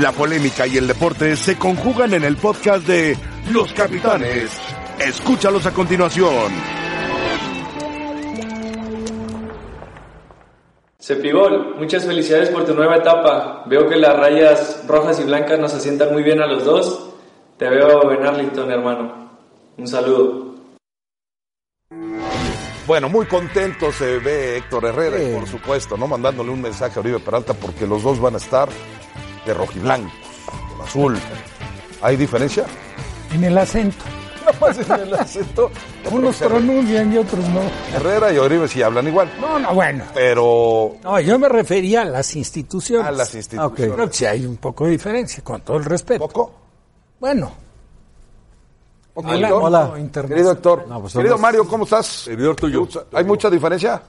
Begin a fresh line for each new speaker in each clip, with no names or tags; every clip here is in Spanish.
La polémica y el deporte se conjugan en el podcast de Los Capitanes. Escúchalos a continuación.
Cepigol, muchas felicidades por tu nueva etapa. Veo que las rayas rojas y blancas nos asientan muy bien a los dos. Te veo en Arlington, hermano. Un saludo.
Bueno, muy contento se ve Héctor Herrera, y por supuesto, ¿no? Mandándole un mensaje a Oribe Peralta porque los dos van a estar de rojiblancos, con azul. ¿Hay diferencia?
En el acento.
No más en el acento.
Unos pronuncian y otros no.
Herrera y Oribe sí hablan igual.
No, no, bueno.
Pero
No, yo me refería a las instituciones.
A las instituciones.
Ok. Creo que sí hay un poco de diferencia, con todo el respeto.
poco.
Bueno,
poco
Hola,
Héctor.
hola. Internet.
Querido Héctor.
No, pues,
Querido
somos-
Mario, ¿cómo estás?
Servidor tuyo.
Mucha- ¿Hay mucha diferencia?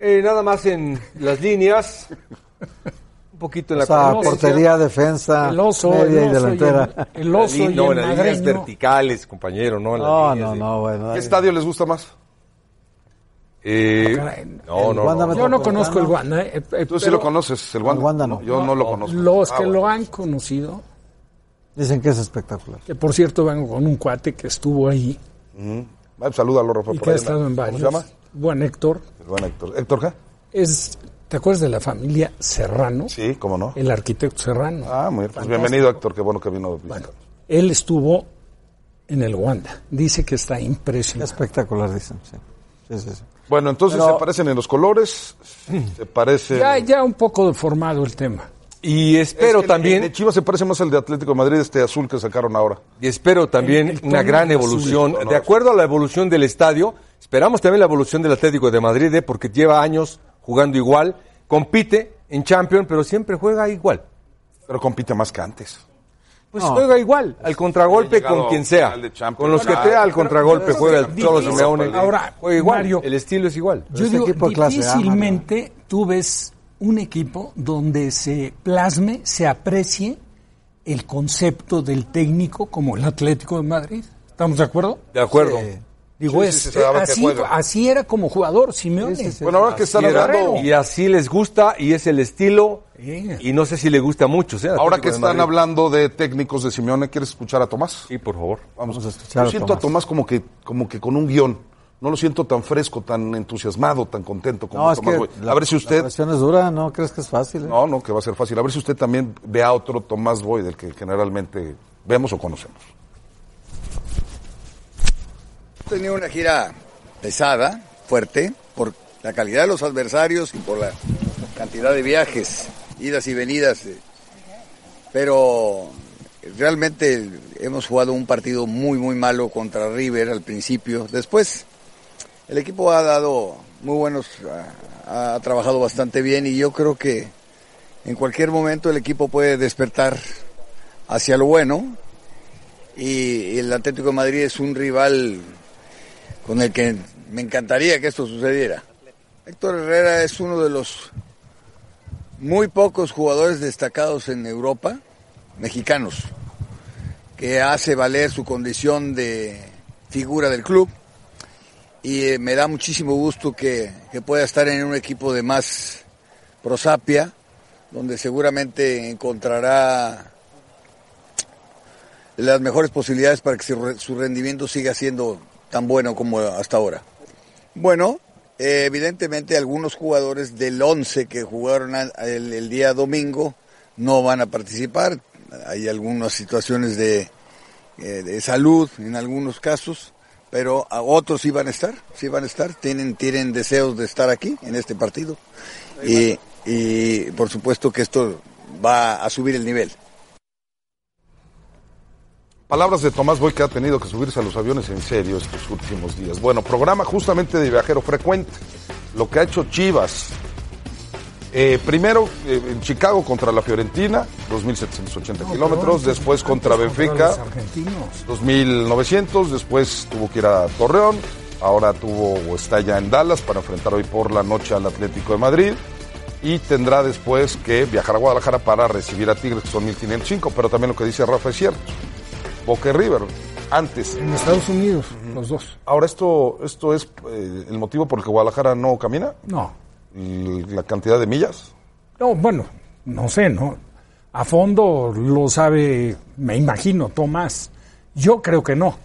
Eh, nada más en las líneas. Un poquito en la
O sea,
competencia.
portería, defensa,
el oso,
media
el
y
oso y
delantera.
el, el oso y
no,
el
en las líneas
madreño.
verticales, compañero, no en las
Ah.
No,
líneas
no,
de-
no, bueno.
¿Qué
ahí-
estadio les gusta más?
Eh, no, no,
Wanda
no.
Yo no conozco el Wanda. eh, eh,
Tú sí
pero
lo conoces, el Wanda.
Wanda no.
Yo no, lo conozco.
Los
Ah,
que
bueno.
lo han conocido,
Dicen que es espectacular.
que por cierto vengo con un cuate que estuvo ahí
Ah, pues, Salúdalo, Rafa.
y
por
que ha
ahí,
estado en
¿no?
varios.
¿Cómo se llama?
Buen Héctor.
El buen Héctor. ¿Héctor qué?
Es, ¿Te acuerdas de la familia Serrano?
Sí, cómo no.
El arquitecto Serrano.
Ah, muy bien. Pues bienvenido, Héctor. Qué bueno que vino. Bueno.
Él estuvo en el Wanda. Dice que está impresionante.
Espectacular, dicen, sí. Sí, sí, sí.
entonces
Pero-
se parecen en los colores. Se parece.
Ya, ya un poco deformado el tema.
Y
Es que
espero
el-
también,
el de Chivas se parece más al de Atlético de Madrid, este azul que sacaron ahora.
y espero también
el
una
tono
gran
azul.
evolución.
No, no,
de acuerdo a la evolución del estadio, esperamos también la evolución del Atlético de Madrid, eh, porque lleva años jugando igual, compite en Champions, pero siempre juega igual.
Pero compite más que antes.
Pues juega igual, al contragolpe
llegado
con quien
al
sea.
final de Champions.
Con los que
Bueno,
sea, al
pero-
contragolpe
pero-
juega el
pero-
Cholo
difícil.
Simeone.
Ahora,
juega igual.
Mario-
el estilo es igual.
Pero este equipo de clase A,
difícilmente tú ves un equipo donde se plasme, se aprecie el concepto del técnico como el Atlético de Madrid. ¿Estamos de acuerdo?
De acuerdo.
Digo,
Sí,
es,
sí, sí, se daba que
así,
juega.
así era como jugador Simeone.
Bueno, ahora que están
Y era-
hablando,
Y así les gusta y es el estilo.
Sí.
Y no sé si le gusta mucho. ¿eh?
ahora
Atlético
que
de
están
Madrid.
hablando de técnicos de Simeone, ¿quieres escuchar a Tomás?
Sí, por favor.
Vamos,
Vamos a escuchar
Yo
a
siento a
Tomás.
Tomás como que, como que con un guión. No lo siento tan fresco, tan entusiasmado, tan contento como
No, es
Tomás
que
Boy. A ver si
La
usted.
presión es dura, ¿no? ¿Crees que es fácil? eh?
No, no, que va a ser fácil. A ver si usted también ve a otro Tomás Boy del que generalmente vemos o conocemos.
tenido una gira pesada, fuerte, por la calidad de los adversarios y por la cantidad de viajes, idas y venidas. eh. Pero realmente hemos jugado un partido muy, muy malo contra River al principio. Después, el equipo ha dado muy buenos, ha, ha trabajado bastante bien y yo creo que en cualquier momento el equipo puede despertar hacia lo bueno. Y el Atlético de Madrid es un rival con el que me encantaría que esto sucediera. Héctor Herrera es uno de los muy pocos jugadores destacados en Europa, mexicanos, que hace valer su condición de figura del club y eh, me da muchísimo gusto que, que pueda estar en un equipo de más prosapia, donde seguramente encontrará las mejores posibilidades para que su, re- su rendimiento siga siendo tan bueno como hasta ahora? Bueno, eh, evidentemente algunos jugadores del 11 que jugaron a- el, el día domingo no van a participar. Hay algunas situaciones de, eh, de salud en algunos casos, pero a otros sí van a estar, sí van a estar, tienen, tienen deseos de estar aquí en este partido. Y, y por supuesto que esto va a subir el nivel.
Palabras de Tomás Boy que ha tenido que subirse a los aviones en serio estos últimos días. Bueno, programa justamente de viajero frecuente. Lo que ha hecho Chivas. Eh, primero eh, en Chicago contra la Fiorentina, 2.780 kilómetros. Después contra Benfica,
Los argentinos.
2.900. Después tuvo que ir a Torreón. Ahora tuvo o está ya en Dallas para enfrentar hoy por la noche al Atlético de Madrid. Y tendrá después que viajar a Guadalajara para recibir a Tigres, que son 1.505. Pero también lo que dice Rafa es cierto. Boca y River. Antes.
En Estados Unidos, los dos.
Ahora, esto, esto es eh, el motivo por el que Guadalajara no camina.
No.
L- La cantidad de millas.
No, bueno, no sé, ¿no? a fondo lo sabe, me imagino, Tomás. Yo creo que no.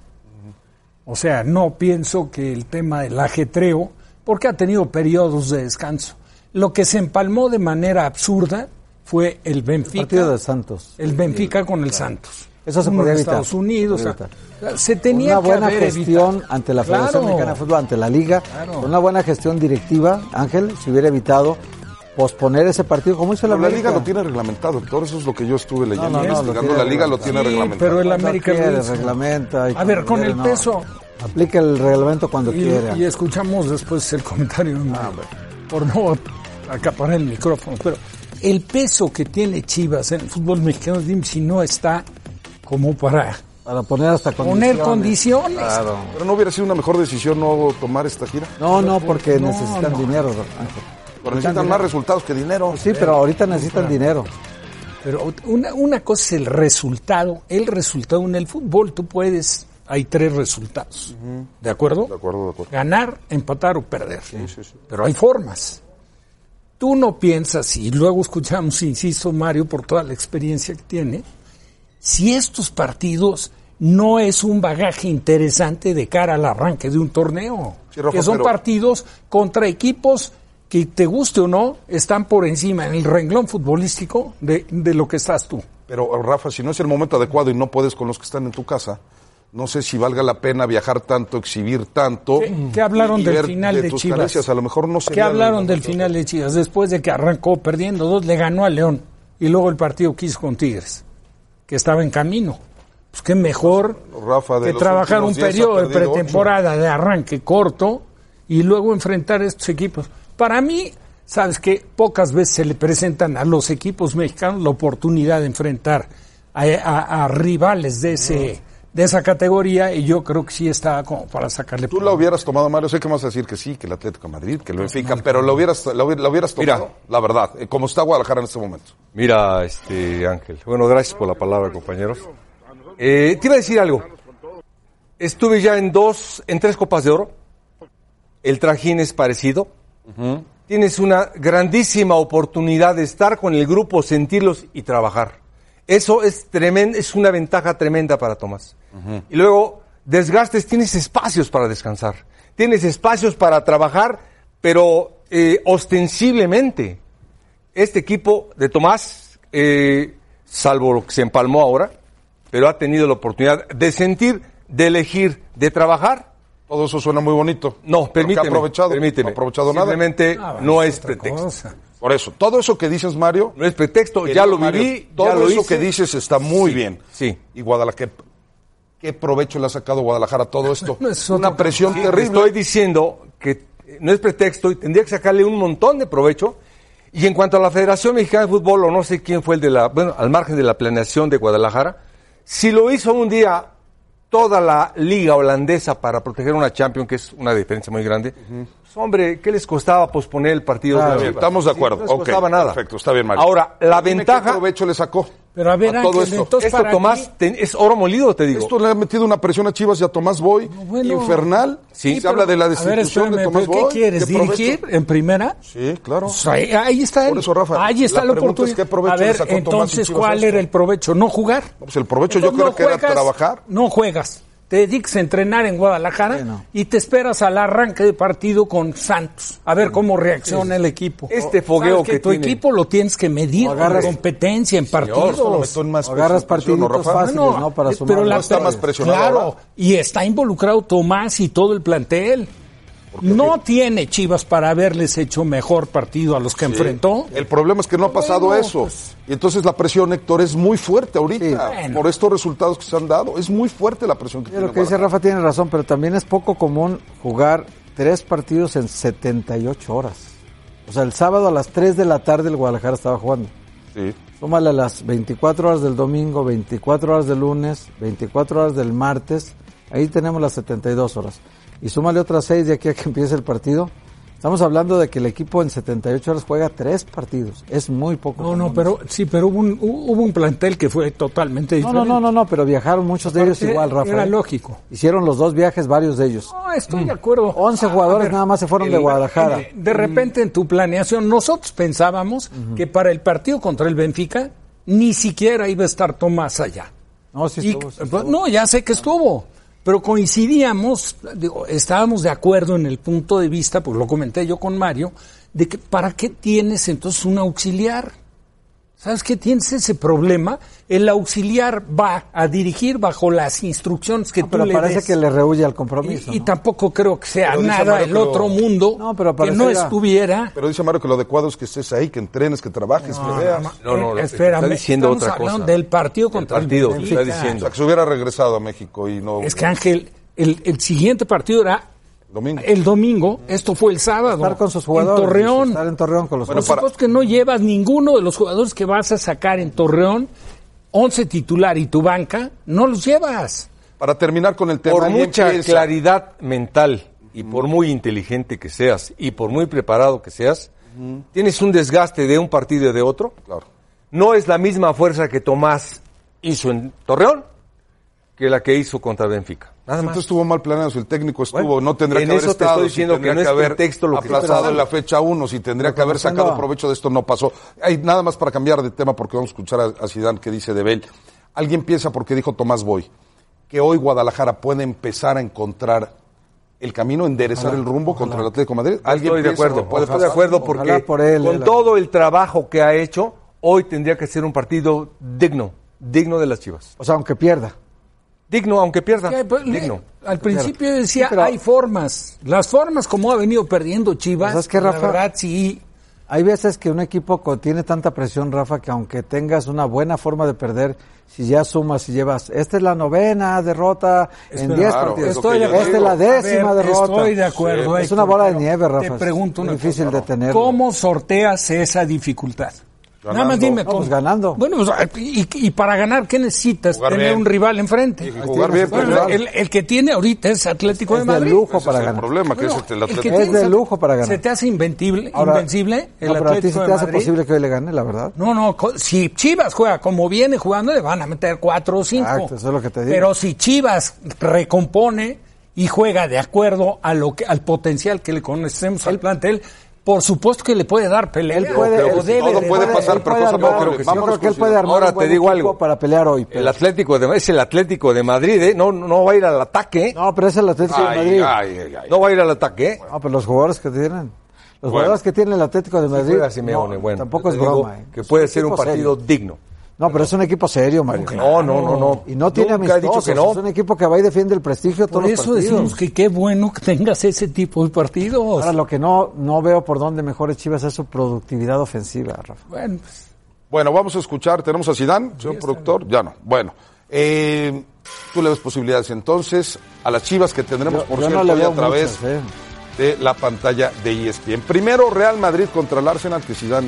O sea, no pienso que el tema del ajetreo, porque ha tenido periodos de descanso. Lo que se empalmó de manera absurda fue el Benfica.
Partido de Santos.
El Benfica con el Santos.
Eso se
Uno
podía
de
evitar.
Estados Unidos.
Se
o
podía
sea, se tenía
una
que
buena
haber
gestión
evitado.
ante la Federación
Claro.
Mexicana de Fútbol, ante la Liga,
Claro.
con una buena gestión directiva, Ángel, se hubiera evitado posponer ese partido, como hizo la
Pero la liga
América.
lo tiene reglamentado, doctor. Eso es lo que yo estuve leyendo.
no, no, lo
investigando.
tiene
la liga lo
reglamentado.
tiene
Sí,
reglamentado.
pero el
Cuando
América lo
quiere,
hizo.
reglamenta. y
A ver,
cuando
con
quiere,
el
no.
peso.
Aplica el reglamento cuando
Y,
quiera. Ah,
y escuchamos después el comentario de- por no acaparar el micrófono. Pero el peso que tiene Chivas en el fútbol mexicano, dime si no está como para
Para poner hasta condiciones.
poner condiciones.
Claro.
Pero no hubiera sido una mejor decisión no tomar esta gira.
No, no, porque
No,
necesitan
no.
dinero, Ángel.
Pero necesitan más resultados que dinero.
Sí, pero ahorita necesitan dinero.
Pero una, una cosa es el resultado. El resultado en el fútbol, tú puedes, hay tres resultados. ¿De acuerdo?
De acuerdo, de acuerdo.
Ganar, empatar o perder. Pero hay formas. Tú no piensas, y luego escuchamos, insisto, Mario, por toda la experiencia que tiene, si estos partidos no es un bagaje interesante de cara al arranque de un torneo.
Sí, Rafa,
que son
pero-
partidos contra equipos que, te guste o no, están por encima en el renglón futbolístico de, de lo que estás tú.
Pero Rafa, si no es el momento adecuado y no puedes con los que están en tu casa, no sé si valga la pena viajar tanto, exhibir tanto.
¿Qué, qué hablaron
y
del
ver
final de,
tus
Chivas?
carencias. A lo mejor no
¿Qué
sería el
hablaron del
momento.
final de Chivas? Después de que arrancó perdiendo dos, le ganó a León. Y luego el partido que hizo con Tigres, que estaba en camino. Pues qué mejor
Rafa, Pues, de
que
los
trabajar
últimos
un
diez ha
periodo de
perdido ocho.
pretemporada de arranque corto y luego enfrentar a estos equipos. Para mí, sabes que pocas veces se le presentan a los equipos mexicanos la oportunidad de enfrentar a, a- a rivales de ese de esa categoría y yo creo que sí está como para sacarle
Tú la hubieras tomado, Mario. Sé que me vas a decir que sí, que el Atlético de Madrid, que el Benfica, pero la hubieras, la hubi- la hubieras tomado,
Mira.
la verdad, eh, como está Guadalajara en este momento.
Mira, este Ángel. Bueno, gracias por la palabra, compañeros. Eh, te iba a decir algo. Estuve ya en dos, en tres copas de oro. El trajín es parecido. Tienes una grandísima oportunidad de estar con el grupo, sentirlos y trabajar. Eso es tremendo, es una ventaja tremenda para Tomás. Y luego, desgastes, tienes espacios para descansar. Tienes espacios para trabajar, pero eh, ostensiblemente este equipo de Tomás, eh, salvo lo que se empalmó ahora, pero ha tenido la oportunidad de sentir, de elegir, de trabajar.
Todo eso suena muy bonito.
No,
Pero ¿qué
permíteme.
ha aprovechado?
permíteme.
No ha aprovechado nada.
Simplemente
Ah, bueno,
no
es
es
otra
pretexto.
cosa.
Por eso, todo eso que dices, Mario,
No es pretexto, ya lo
Mario,
viví,
todo
ya lo
eso
hice.
que dices está muy
Sí,
bien.
sí.
Y Guadalajara, ¿qué, qué provecho le ha sacado Guadalajara a todo esto?
No, es
Una
otro-
presión
Sí,
terrible.
Estoy diciendo que eh, no es pretexto y tendría que sacarle un montón de provecho. Y en cuanto a la Federación Mexicana de Fútbol, o no sé quién fue el de la, bueno, al margen de la planeación de Guadalajara, si lo hizo un día toda la liga holandesa para proteger una Champions, que es una diferencia muy grande, pues, hombre, ¿qué les costaba posponer el partido?
Está
de
bien,
Chivas?
Ah, estamos de
Sí, pues,
acuerdo.
no les
Ok,
costaba nada.
Perfecto, está bien, Mario.
Ahora, la
Dime ¿Qué
ventaja,
provecho le sacó?
Pero a ver,
todo
Ángel,
esto.
entonces
esto
para
Tomás
ti-
ten- es oro molido, te digo.
Esto le ha metido una presión a Chivas y a Tomás Boy
bueno.
infernal.
Sí.
Se
Sí,
habla de la
A ver,
destitución
espérame,
de Tomás
¿pero ¿qué
Boy.
quieres?
provecho?
¿Dirigir en primera?
Sí, claro.
O sea, ahí, ahí está el,
Por eso, Rafa,
ahí está
la
la,
pregunta es
oportunidad.
qué provecho
a
le
ver,
sacó Tomás y
entonces,
Chivas
¿cuál
esto?
era el provevecho? No jugar.
Pues el provecho yo creo
Entonces,
que era trabajar.
No juegas. Te dedicas a entrenar en Guadalajara
Sí, no.
y te esperas al arranque de partido con Santos. A ver cómo reacciona el equipo.
Este
O-
fogueo
sabes
que
tu
tiene.
esto lo tienes que medir
O
en
agarras-
competencia, en
Eso lo
partidos.
metió en más
O agarras
presión, ¿no,
partiditos
Rafa?
fáciles,
Bueno,
¿no? Para
eh,
sumar
pero la
más
está más
partidos.
presionado
Claro,
ahora.
y está involucrado Tomás y todo el plantel. No tiene Chivas para haberles hecho mejor partido a los que enfrentó.
El problema es que no ha pasado eso. Y entonces la presión, Héctor, es muy fuerte ahorita
pues. Bueno.
por estos resultados que se han dado. Es muy fuerte la presión que
Yo
tiene
lo que dice
Guadalajara.
Rafa tiene razón, pero también es poco común jugar tres partidos en 78 horas. O sea, el sábado a las 3 de la tarde el Guadalajara estaba jugando.
Sí.
Súmale a las 24 horas del domingo, 24 horas del lunes, 24 horas del martes. Ahí tenemos las 72 horas. Y súmale otras 6 de aquí a que empiece el partido. Estamos hablando de que el equipo en 78 horas juega tres partidos. Es muy poco.
No, no,
común
pero sí, pero hubo un, hu- hubo un plantel que fue totalmente
No,
diferente.
no, no, no, no, pero viajaron muchos de ellos
Aparte,
igual, Rafa.
Era
¿eh?
lógico.
Hicieron los dos viajes, varios de ellos.
No, estoy de acuerdo.
11
A- a
Mm. jugadores
ver,
nada más se fueron
el- eh,
de Guadalajara.
el- de repente en tu planeación, nosotros pensábamos que para el partido contra el Benfica ni siquiera iba a estar Tomás allá.
No, sí
Y- pues,
estuvo, sí estuvo.
No, ya sé que estuvo, pero coincidíamos, digo, estábamos de acuerdo en el punto de vista, pues lo comenté yo con Mario, de que para qué tienes entonces un auxiliar. ¿Sabes qué? Tienes ese problema. El auxiliar va a dirigir bajo las instrucciones que
No,
tú
Ah, pero
le
parece
des.
que le rehúye al
Y-
compromiso.
y,
¿no?
tampoco creo que sea
Pero dice
nada
Mario
el
que lo-
otro mundo
No, pero
que no
pareciera-
estuviera.
Pero dice Mario que lo adecuado es que estés ahí, que entrenes, que trabajes, que veas.
No, no,
Eh,
lo-
espérame,
está diciendo
estamos
otra cosa.
hablando del partido contra el
partido, está
Benfica.
O
diciendo.
sea, que se hubiera regresado a México y no.
Es que Ángel, el, el siguiente partido era
Domingo.
el domingo, esto fue el sábado.
estar con sus jugadores.
En Torreón.
Estar en Torreón con los
Por
Bueno,
jugadores.
para-
supuesto que no llevas ninguno de los jugadores que vas a sacar en Torreón, 11 titular y tu banca, no los llevas.
Para terminar con el tema.
Por
ahí
mucha
empieza.
claridad mental y por muy inteligente que seas y por muy preparado que seas, tienes un desgaste de un partido y de otro.
Claro.
No es la misma fuerza que Tomás hizo en Torreón que la que hizo contra Benfica. Nada más.
Entonces estuvo mal planeado, si el técnico estuvo,
Bueno,
no tendría
en
que haber
eso te
estado,
estoy
si
diciendo que
tendría
no es pretexto lo que estoy
aplazado en
pensando.
la fecha 1, si tendría que haber
Reconociendo
sacado
a-
provecho de esto, no pasó. Hay nada más para cambiar de tema, porque vamos a escuchar a, a Zidane que dice de Bell. Alguien piensa, porque dijo Tomás Boy, que hoy Guadalajara puede empezar a encontrar el camino, enderezar el rumbo contra el Atlético de Madrid. Alguien
Estoy de
piensa
acuerdo,
que puede
estoy de
pasar?
acuerdo
Ojalá
porque
por él,
con
él,
todo el trabajo que ha hecho, hoy tendría que ser un partido digno, digno de las Chivas.
O sea, aunque pierda.
Digno aunque pierda,
Que, pues, le-
digno.
al principio decía,
Sí, pero-
hay formas. Las formas como ha venido perdiendo Chivas,
¿Sabes qué, Rafa?
Ah, la verdad sí.
Hay veces que un equipo co- tiene tanta presión, Rafa, que aunque tengas una buena forma de perder, si ya sumas, si llevas, esta es la novena derrota en
Espera,
10
claro,
partidos,
es lo que yo
esta es
digo.
la décima
A ver,
derrota.
Estoy de acuerdo.
es
Héctor,
una bola de
pero
nieve, Rafa.
Te pregunto
es
una
difícil
cosa.
de tener.
¿Cómo sorteas esa dificultad? Nada más
Ganando.
dime
No,
cómo.
pues, ganando.
Bueno, pues, y, y para ganar, ¿qué necesitas?
Jugar
Tener
bien.
un rival enfrente.
Y jugar bien,
Bueno,
pero-
el, el que tiene ahorita es Atlético
Es
de
de
Madrid.
lujo
Ese
para
es el
ganar.
problema, que
Bueno,
es este, el
el que
Atlético.
tiene- Es
tienes-
de lujo para ganar.
Se te hace inventible,
Ahora-
invencible el
No, pero a ti
Atlético
se
de
te hace
Madrid.
posible que hoy le gane, la verdad.
No, no, co- si Chivas juega como viene jugando, le van a meter cuatro o cinco.
Exacto, eso es lo que te digo.
Pero si Chivas recompone y juega de acuerdo a lo que, al potencial que le conocemos al plantel, por supuesto que le puede dar pelea.
Él puede,
creo
él
que
o
sí.
debe
Todo
de
puede
dar.
pasar,
él
pero
puede
cosa poca,
armar-
creo que
yo
sí.
creo que él puede armar
Ahora
un buen
te digo
equipo
algo.
para pelear hoy. pero-
El Atlético de Madrid es el Atlético de Madrid, ¿eh? No, no va a ir al ataque. ¿eh? No,
No, pero es el Atlético de Madrid.
ay, ay, ay.
va a ir al ataque. ¿eh?
No, pero Ah, pues los jugadores que tienen. Los jugadores que tiene el Atlético de Madrid.
Juega Simeone,
no,
bueno,
tampoco es
te digo
broma. eh.
Que
Es
puede ser un
equipo serio.
partido digno.
No, pero es un equipo serio, Mario.
No, no, no, no.
Y no tiene
Nunca he dicho
amistosos.
que no.
Es un equipo que va y defiende el prestigio todos
Por eso
los partidos.
decimos que qué bueno que tengas ese tipo de partidos.
Ahora, lo que no, no veo por dónde mejores Chivas es su productividad ofensiva, Rafa.
Bueno, pues,
Bueno, vamos a escuchar. ¿Tenemos a Sidán, señor productor? Ya no. Bueno, eh, tú le ves posibilidades entonces a las chivas que tendremos, por
yo
cierto,
no le
hoy
veo
a través
muchas, eh.
de la pantalla de E ESPN. Primero, Real Madrid contra el Arsenal, que Sidán,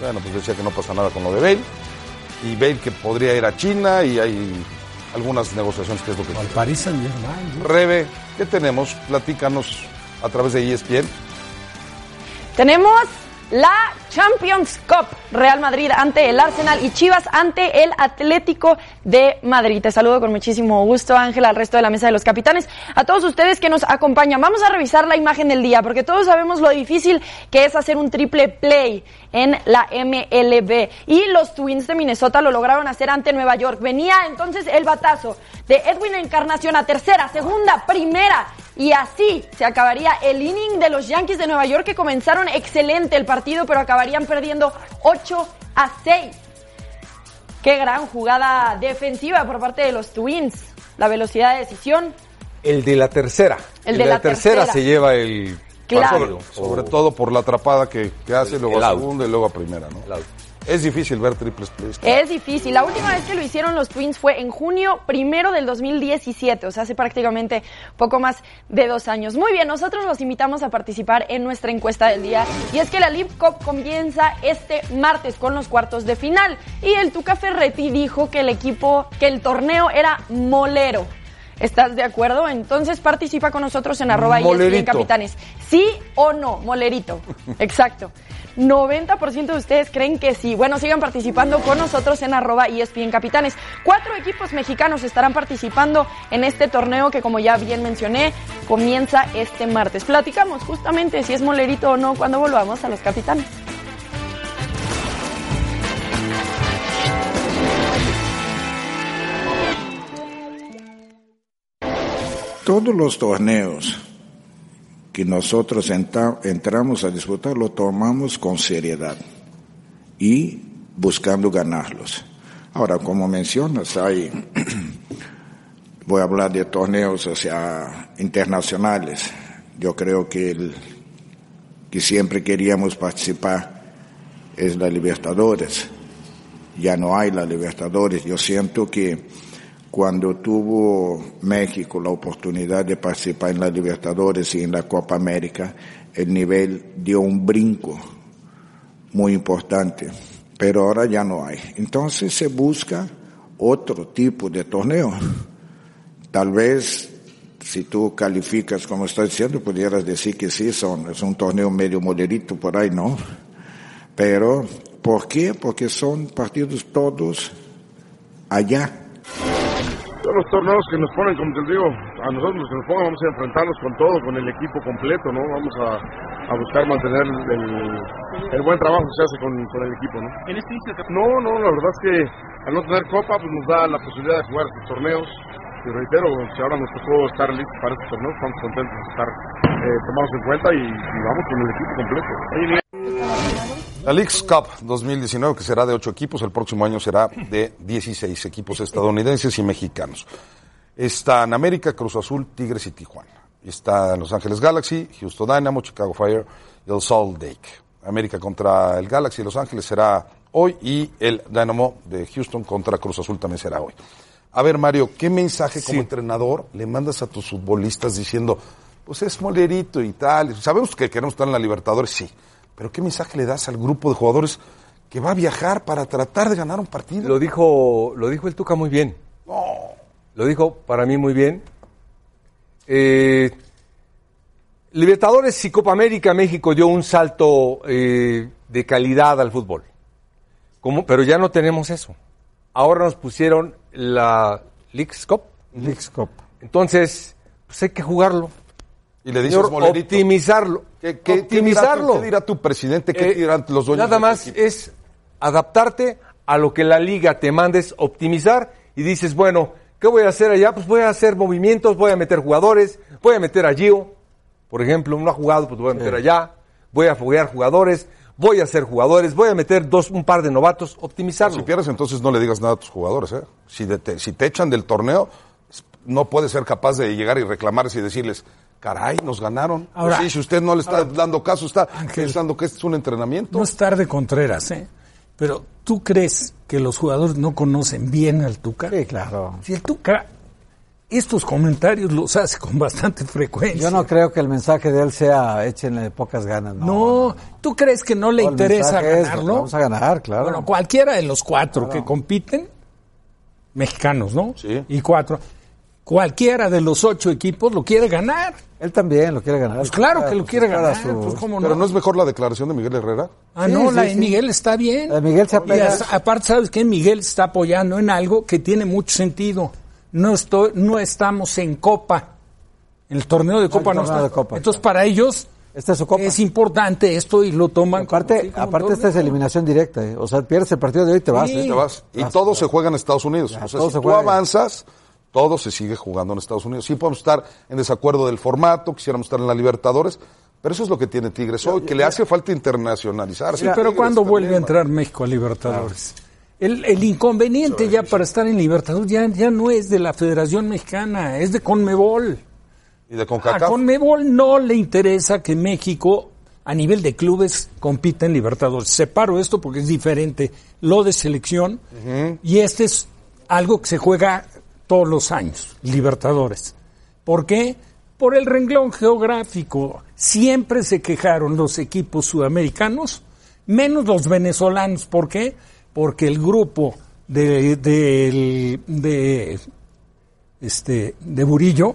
bueno, pues decía que no pasa nada con lo de Bale. Y Bale que podría ir a China y hay algunas negociaciones que es lo que...
al Paris Saint Germain.
Rebe, ¿qué tenemos? Platícanos a través de E ESPN.
Tenemos la Champions Cup, Real Madrid ante el Arsenal y Chivas ante el Atlético de Madrid. Te saludo con muchísimo gusto, Ángela, al resto de la mesa de los capitanes, a todos ustedes que nos acompañan. Vamos a revisar la imagen del día, porque todos sabemos lo difícil que es hacer un triple play en la MLB. Y los Twins de Minnesota lo lograron hacer ante Nueva York. Venía entonces el batazo de Edwin Encarnación a tercera, segunda, primera. Y así se acabaría el inning de los Yankees de Nueva York que comenzaron excelente el partido, pero acabarían perdiendo 8 a 6. Qué gran jugada defensiva por parte de los Twins. La velocidad de decisión.
El de la tercera.
El de la tercera.
se lleva el
Claro.
partido.
Sobre todo por la atrapada que, que hace, luego
Oh. el
a
out.
segunda y luego a primera, ¿no?
El out.
Es difícil ver triples plays.
Es difícil. La última vez que lo hicieron los Twins fue en junio primero del 2017, o sea, hace prácticamente poco más de dos años. Muy bien, nosotros los invitamos a participar en nuestra encuesta del día. Y es que la League Cup comienza este martes con los cuartos de final. Y el Tuca Ferretti dijo que el equipo, que el torneo era molero. ¿Estás de acuerdo? Entonces participa con nosotros en arroba ESPN
Molerito.
Capitanes. ¿Sí o no? Molerito. Exacto. 90% de ustedes creen que sí. Bueno, sigan participando con nosotros en arroba ESPN Capitanes. Cuatro equipos mexicanos estarán participando en este torneo que, como ya bien mencioné, comienza este martes. Platicamos justamente si es molerito o no cuando volvamos a los capitanes.
Todos los torneos que nosotros entra- entramos a disputar lo tomamos con seriedad y buscando ganarlos. Ahora, como mencionas, hay, voy a hablar de torneos, o sea, internacionales. Yo creo que el que siempre queríamos participar es la Libertadores. Ya no hay la Libertadores. Yo siento que cuando tuvo México la oportunidad de participar en la Libertadores y en la Copa América, el nivel dio un brinco muy importante, pero ahora ya no hay. Entonces se busca otro tipo de torneo. Tal vez si tú calificas como estás diciendo, pudieras decir que sí, son, es un torneo medio moderito por ahí, ¿no? Pero, ¿por qué? Porque son partidos todos allá.
Todos los torneos que nos ponen, como te digo, a nosotros los que nos pongan, vamos a enfrentarnos con todo, con el equipo completo, ¿no? Vamos a, a buscar mantener el, el buen trabajo que se hace con, con el equipo, ¿no?
En este inicio de temporada,
No, no, la verdad es que al no tener copa, pues nos da la posibilidad de jugar estos torneos. Y reitero, si ahora nos tocó estar listos para estos torneos, estamos contentos de estar eh, tomados en cuenta y, y vamos con el equipo completo.
La Leagues Cup 2019, que será de ocho equipos, el próximo año será de 16 equipos estadounidenses y mexicanos. Están América, Cruz Azul, Tigres y Tijuana. Está Los Ángeles Galaxy, Houston Dynamo, Chicago Fire y el Salt Lake. América contra el Galaxy de Los Ángeles será hoy y el Dynamo de Houston contra Cruz Azul también será hoy. A ver, Mario, ¿qué mensaje como entrenador le mandas a tus futbolistas diciendo, pues es molerito y tal? Sabemos que queremos estar en la Libertadores, sí. Pero ¿qué mensaje le das al grupo de jugadores que va a viajar para tratar de ganar un partido?
Lo dijo, lo dijo el Tuca muy bien. Lo dijo para mí muy bien. Eh, Libertadores y Copa América México dio un salto eh, de calidad al fútbol. Como- Pero ya no tenemos eso. Ahora nos pusieron la Leagues Cup.
Leagues Cup.
Entonces, pues hay que jugarlo.
Y le dices,
Señor,
molerito.
optimizarlo.
¿Qué- qué-
optimizarlo.
qué dirá tu- qué dirá tu presidente? ¿Qué dirán los
Eh,
dueños
Nada
de tu
más
equipo?
es adaptarte a lo que la liga te manda, es optimizar y dices, bueno, ¿qué voy a hacer allá? Pues voy a hacer movimientos, voy a meter jugadores, voy a meter a Gio, por ejemplo, no ha jugado, pues voy a meter
Sí.
allá, voy a foguear jugadores, voy a hacer jugadores, voy a meter dos, un par de novatos, optimizarlo.
Si pierdes, entonces no le digas nada a tus jugadores. ¿eh? Si, de- te, si te echan del torneo, es- no puedes ser capaz de llegar y reclamarles y decirles, caray, nos ganaron.
Ahora-
Pues sí, si usted no le está dando caso, está pensando que este es un entrenamiento.
No es tarde, Contreras, ¿eh? Pero ¿tú crees que los jugadores no conocen bien al Tuca?
Sí, claro.
Si el Tuca estos comentarios los hace con bastante frecuencia.
Yo no creo que el mensaje de él sea échenle pocas ganas. No,
No, ¿tú crees que no le
No, el
interesa
mensaje es,
ganarlo?
vamos a ganar, claro.
Bueno, cualquiera de los cuatro que compiten, mexicanos, ¿no?
Sí.
Y cuatro. Cualquiera de los ocho equipos lo quiere ganar.
Él también lo quiere ganar.
Pues claro que lo
Pues
quiere
claro,
ganar.
su-
Pues cómo
Pero
no.
no es mejor la declaración de Miguel Herrera.
Ah,
Sí,
no,
sí,
la de
sí.
Miguel está bien.
La de Miguel se
Y
apega.
as- aparte, ¿sabes que Miguel está apoyando en algo que tiene mucho sentido. No, estoy, no estamos en Copa. El torneo de Copa no,
torneo
está.
de Copa,
Entonces, para ellos
Esta es su copa.
es importante esto y lo toman.
aparte,
como- sí, como
aparte
torneo.
esta es eliminación directa. ¿eh? O sea, pierdes el partido de hoy y te vas.
Sí.
¿eh?
Te vas. Y
Vas,
todo se juega en Estados Unidos.
Ya,
o sea,
todo
si
se
tú
juega.
avanzas, todo se sigue jugando en Estados Unidos. Sí podemos estar en desacuerdo del formato, quisiéramos estar en la Libertadores, pero eso es lo que tiene Tigres hoy, que le hace falta internacionalizarse.
Sí, pero
Tigres
¿cuándo
también,
vuelve a
man.
entrar México a Libertadores? El, el inconveniente ya para estar en Libertadores ya, ya no es de la Federación Mexicana, es de Conmebol.
Y de
A
CONCACAF.
Conmebol no le interesa que México a nivel de clubes compita en Libertadores. Separo esto porque es diferente lo de selección y este es algo que se juega todos los años, Libertadores. ¿Por qué? Por el renglón geográfico. Siempre se quejaron los equipos sudamericanos, menos los venezolanos. ¿Por qué? Porque el grupo de, del- de, este, de Burillo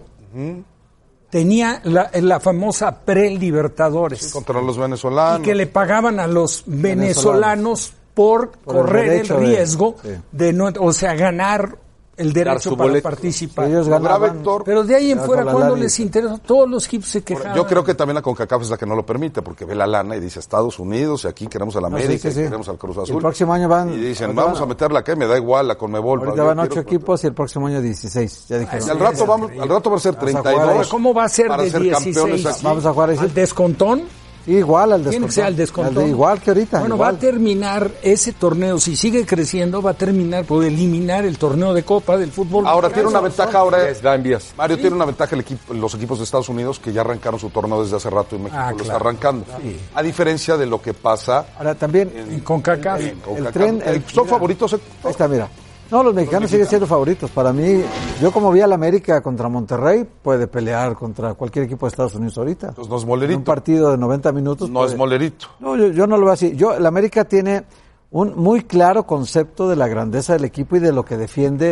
tenía la, eh, la famosa pre-Libertadores
Contra los
y
venezolanos.
que le pagaban a los venezolanos por,
el
correr el,
derecho de-
riesgo
sí.
de no, o sea, ganar el derecho
su
para
boleto.
participar.
Si ellos ganaban, Habrá, Héctor,
pero de ahí en
ya
fuera,
con la
cuando
lana y-
les interesa, todos los equipos se quejaban.
Yo creo que también la CONCACAF es la que no lo permite, porque ve la lana y dice Estados Unidos, y aquí queremos al
sí,
América,
sí,
y
sí.
queremos al Cruz
El
Azul.
próximo año van-
Y dicen,
ahorita
vamos
van-
a meterla acá, me da igual, la Conmebol.
Ahorita
yo
van
quiero-
ocho equipos y el próximo año 16. Ya dijeron.
Y al rato, vamos, al rato va a ser
Vamos a jugar
32.
ahora,
¿Cómo va a ser
para
de
ser
16?
campeones aquí?
Vamos a jugar ahí.
¿Al descontón?
Igual al descontón.
Tiene que ser al descontón.
Al de- Igual que ahorita.
Bueno,
igual.
va a terminar ese torneo, si sigue creciendo, va a terminar por eliminar el torneo de Copa del fútbol.
Ahora tiene una
Eso,
ventaja ahora.
Les da envías.
Mario tiene una ventaja el equipo, los equipos de Estados Unidos que ya arrancaron su torneo desde hace rato y México
Ah,
lo está
claro.
arrancando. A diferencia de lo que pasa
Ahora también.
Con Kaká.
en CONCACAF.
el tren- el-
Eh, ¿Son favoritos?
Ahí está, mira. No, los mexicanos siguen siendo favoritos. Para mí, yo como vi al América contra Monterrey, puede pelear contra cualquier equipo de Estados Unidos ahorita.
Entonces no es
En
molerito.
un partido de 90 minutos.
No es
puede-
molerito.
No, yo, yo no lo veo así. Yo, el América tiene un muy claro concepto de la grandeza del equipo y de lo que defiende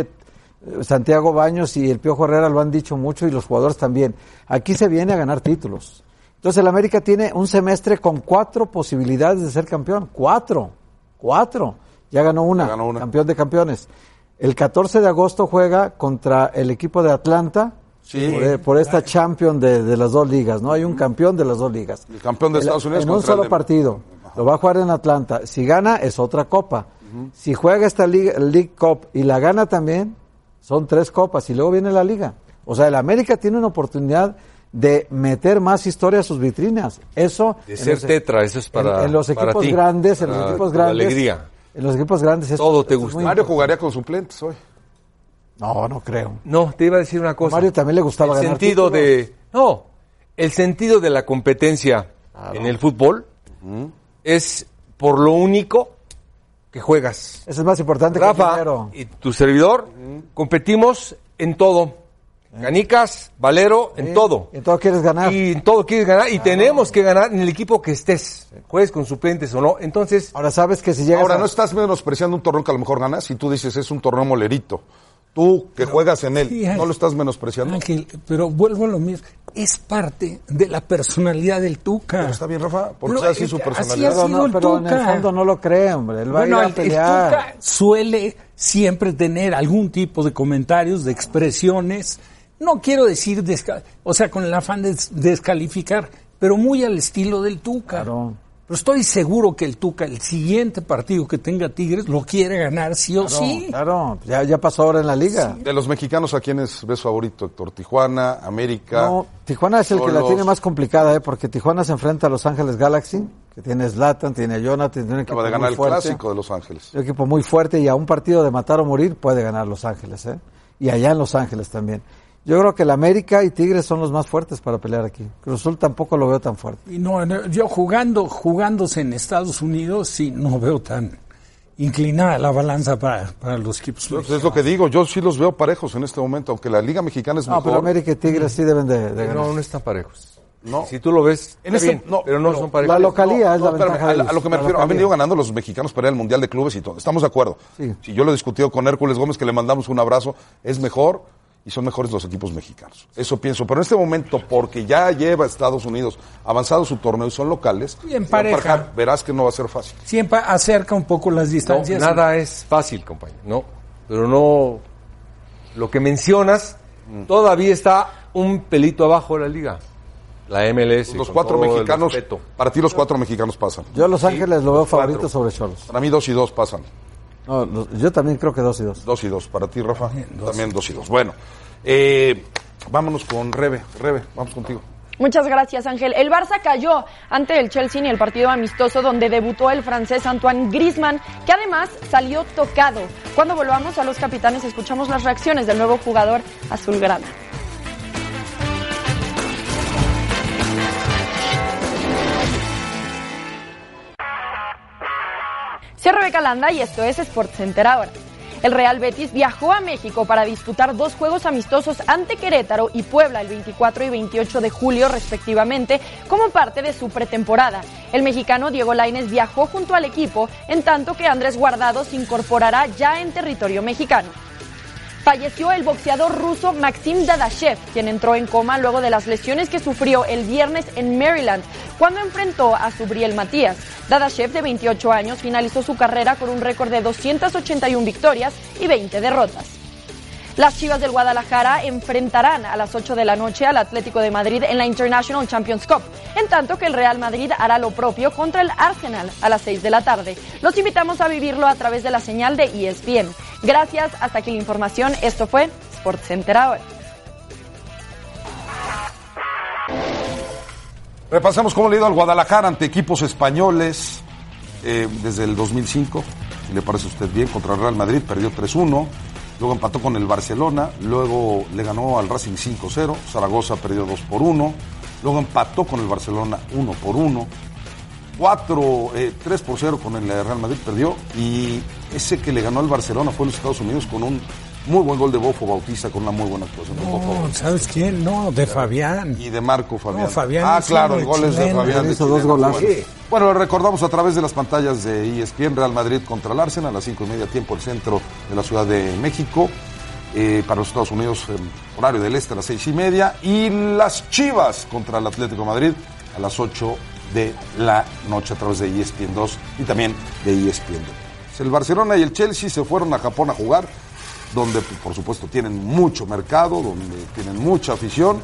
eh, Santiago Baños y el Piojo Herrera lo han dicho mucho y los jugadores también. Aquí se viene a ganar títulos. Entonces el América tiene un semestre con cuatro posibilidades de ser campeón. Cuatro. Cuatro. Ya ganó una.
Ya ganó una.
Campeón de campeones. El 14 de agosto juega contra el equipo de Atlanta.
Sí.
Por, eh, por esta champion de, de las dos ligas, ¿no? Hay un campeón de las dos ligas.
El campeón de
El-
Estados Unidos
En un
contra el
solo
de-
partido. Lo va a jugar en Atlanta. Si gana, es otra copa. Si juega esta liga- League Cup y la gana también, son tres copas. Y luego viene la liga. O sea, el América tiene una oportunidad de meter más historia a sus vitrinas. Eso.
De
en
ser
los-
tetra, eso es para-
En, en los
para
equipos
ti,
grandes, en
para
los equipos
tu
grandes.
alegría.
En los equipos grandes. esto-
Todo
esto
te
es
gusta.
muy
Mario jugaría con suplentes hoy.
No, no creo.
No, te iba a decir una cosa.
Mario también le gustaba
el
ganar
sentido
títulos.
de no el sentido de la competencia en el fútbol es por lo único que juegas
Eso es más importante que el
Rafa
dinero.
y tu servidor competimos en todo
Eh.
canicas valero en todo
Y todo quieres ganar. Ah.
y en todo quieres ganar y tenemos que ganar en el equipo que estés juegues con suplentes o no entonces
Ahora sabes que si llegas
Ahora,
a-
no estás menospreciando un torneo que a lo mejor ganas y tú dices es un torneo molerito. Tú que juegas en él,
Sí, ay.
¿no lo estás menospreciando?
Ángel, pero vuelvo a lo mismo. Es parte de la personalidad del Tuca.
Pero está bien, Rafa, porque
No,
sea así
eh,
su
así
personalidad.
ha
Pero,
sido
no,
el
pero en el
Tuca.
fondo no lo cree, hombre. Él va
Bueno,
a ir
el,
a
el
pelear.
Tuca suele siempre tener algún tipo de comentarios, de expresiones. No quiero decir, desca- o sea, con el afán de des- descalificar, pero muy al estilo del Tuca.
Claro.
Pero estoy seguro que el Tuca, el siguiente partido que tenga Tigres, lo quiere ganar sí o
Claro,
sí.
claro. pues Ya, ya pasó ahora en la liga.
De los mexicanos, ¿a quiénes ves favorito, Héctor? Tijuana, América.
No, Tijuana es el que la
Cholos.
tiene más complicada, ¿eh? porque Tijuana se enfrenta a Los Ángeles Galaxy, que tiene a Zlatan, tiene a Jonathan, tiene un equipo
Acaba de ganar
muy
el
fuerte.
clásico de Los Ángeles.
Un equipo muy fuerte y a un partido de matar o morir puede ganar Los Ángeles, ¿eh? Y allá en Los Ángeles también. Yo creo que el América y Tigres son los más fuertes para pelear aquí. Cruz Azul tampoco lo veo tan fuerte.
Y no, no, yo jugando, jugándose en Estados Unidos, sí, no veo tan inclinada la balanza para, para los equipos.
Yo, pues, es lo que digo, yo sí los veo parejos en este momento, aunque la Liga Mexicana es
No,
mejor.
pero América y Tigres sí deben de, de ganar.
no no están parejos
No.
si tú lo ves
En
está
este-
bien,
no,
pero no
pero
son parejos
la localía es la
espérame,
ventaja de
a la-
ellos,
a lo que me
la
refiero, han
localía.
venido ganando los mexicanos para ir al Mundial de Clubes y todo. Estamos de acuerdo.
Sí.
Si yo lo he discutido con Hércules Gómez, que le mandamos un abrazo, es mejor y son mejores los equipos mexicanos. Eso pienso. Pero en este momento, porque ya lleva Estados Unidos avanzado su torneo y son locales,
Y en
se van a
pareja.
emparejar. verás que no va a ser fácil.
Siempre acerca un poco las
No,
distancias.
nada es fácil, compañero. No, pero no. Lo que mencionas
Mm.
todavía está un pelito abajo de la liga. La MLS.
los
con
cuatro
todo el
mexicanos,
respeto.
para ti los cuatro mexicanos pasan.
Yo a Los Ángeles lo veo
los cuatro.
favorito sobre Cholos.
Para mí dos y dos pasan.
No, los- yo también creo que dos y dos.
Dos y dos. Para ti, Rafa, también dos y dos. Bueno, eh, vámonos con Rebe. Rebe, vamos contigo.
Muchas gracias, Ángel. El Barça cayó ante el Chelsea en el partido amistoso donde debutó el francés Antoine Griezmann, que además salió tocado. Cuando volvamos a los capitanes, escuchamos las reacciones del nuevo jugador azulgrana. Soy Rebeca Landa y esto es Sports Center ahora. El Real Betis viajó a México para disputar dos juegos amistosos ante Querétaro y Puebla el 24 y 28 de julio respectivamente como parte de su pretemporada. El mexicano Diego Lainez viajó junto al equipo en tanto que Andrés Guardado se incorporará ya en territorio mexicano. Falleció el boxeador ruso Maxim Dadashev, quien entró en coma luego de las lesiones que sufrió el viernes en Maryland cuando enfrentó a Subriel Matías. Dadashev, de 28 años, finalizó su carrera con un récord de 281 victorias y 20 derrotas. Las Chivas del Guadalajara enfrentarán a las 8 de la noche al Atlético de Madrid en la International Champions Cup, en tanto que el Real Madrid hará lo propio contra el Arsenal a las 6 de la tarde. Los invitamos a vivirlo a través de la señal de E ESPN. Gracias, hasta aquí la información. Esto fue SportsCenter ahora.
Repasamos cómo le ha ido al Guadalajara ante equipos españoles eh, desde el 2005. Si le parece a usted bien, contra el Real Madrid perdió 3-1. Luego empató con el Barcelona. Luego le ganó al Racing 5-0. Zaragoza perdió 2 por 1. Luego empató con el Barcelona 1 por 1. 4, eh, 3 por 0 con el Real Madrid perdió. Y ese que le ganó al Barcelona fue en los Estados Unidos con un muy buen gol de Bofo Bautista, con una muy buena actuación. de Bofo
No,
Bautista.
¿sabes quién? No, de Fabián.
Y de Marco Fabián.
No, Fabián
ah,
hizo
claro,
de
el gol es de
chilena.
Fabián. de
Hizo dos
chilena,
golazos.
Bueno. Bueno, lo recordamos a través de las pantallas de E ESPN, Real Madrid contra el Arsenal, a las cinco y media tiempo el centro de la Ciudad de México. eh, para los Estados Unidos, eh, horario del este a las seis y media. Y las Chivas contra el Atlético de Madrid a las 8 de la noche a través de E ESPN 2 y también de E ESPN 2. El Barcelona y el Chelsea se fueron a Japón a jugar, donde pues, por supuesto tienen mucho mercado, donde tienen mucha afición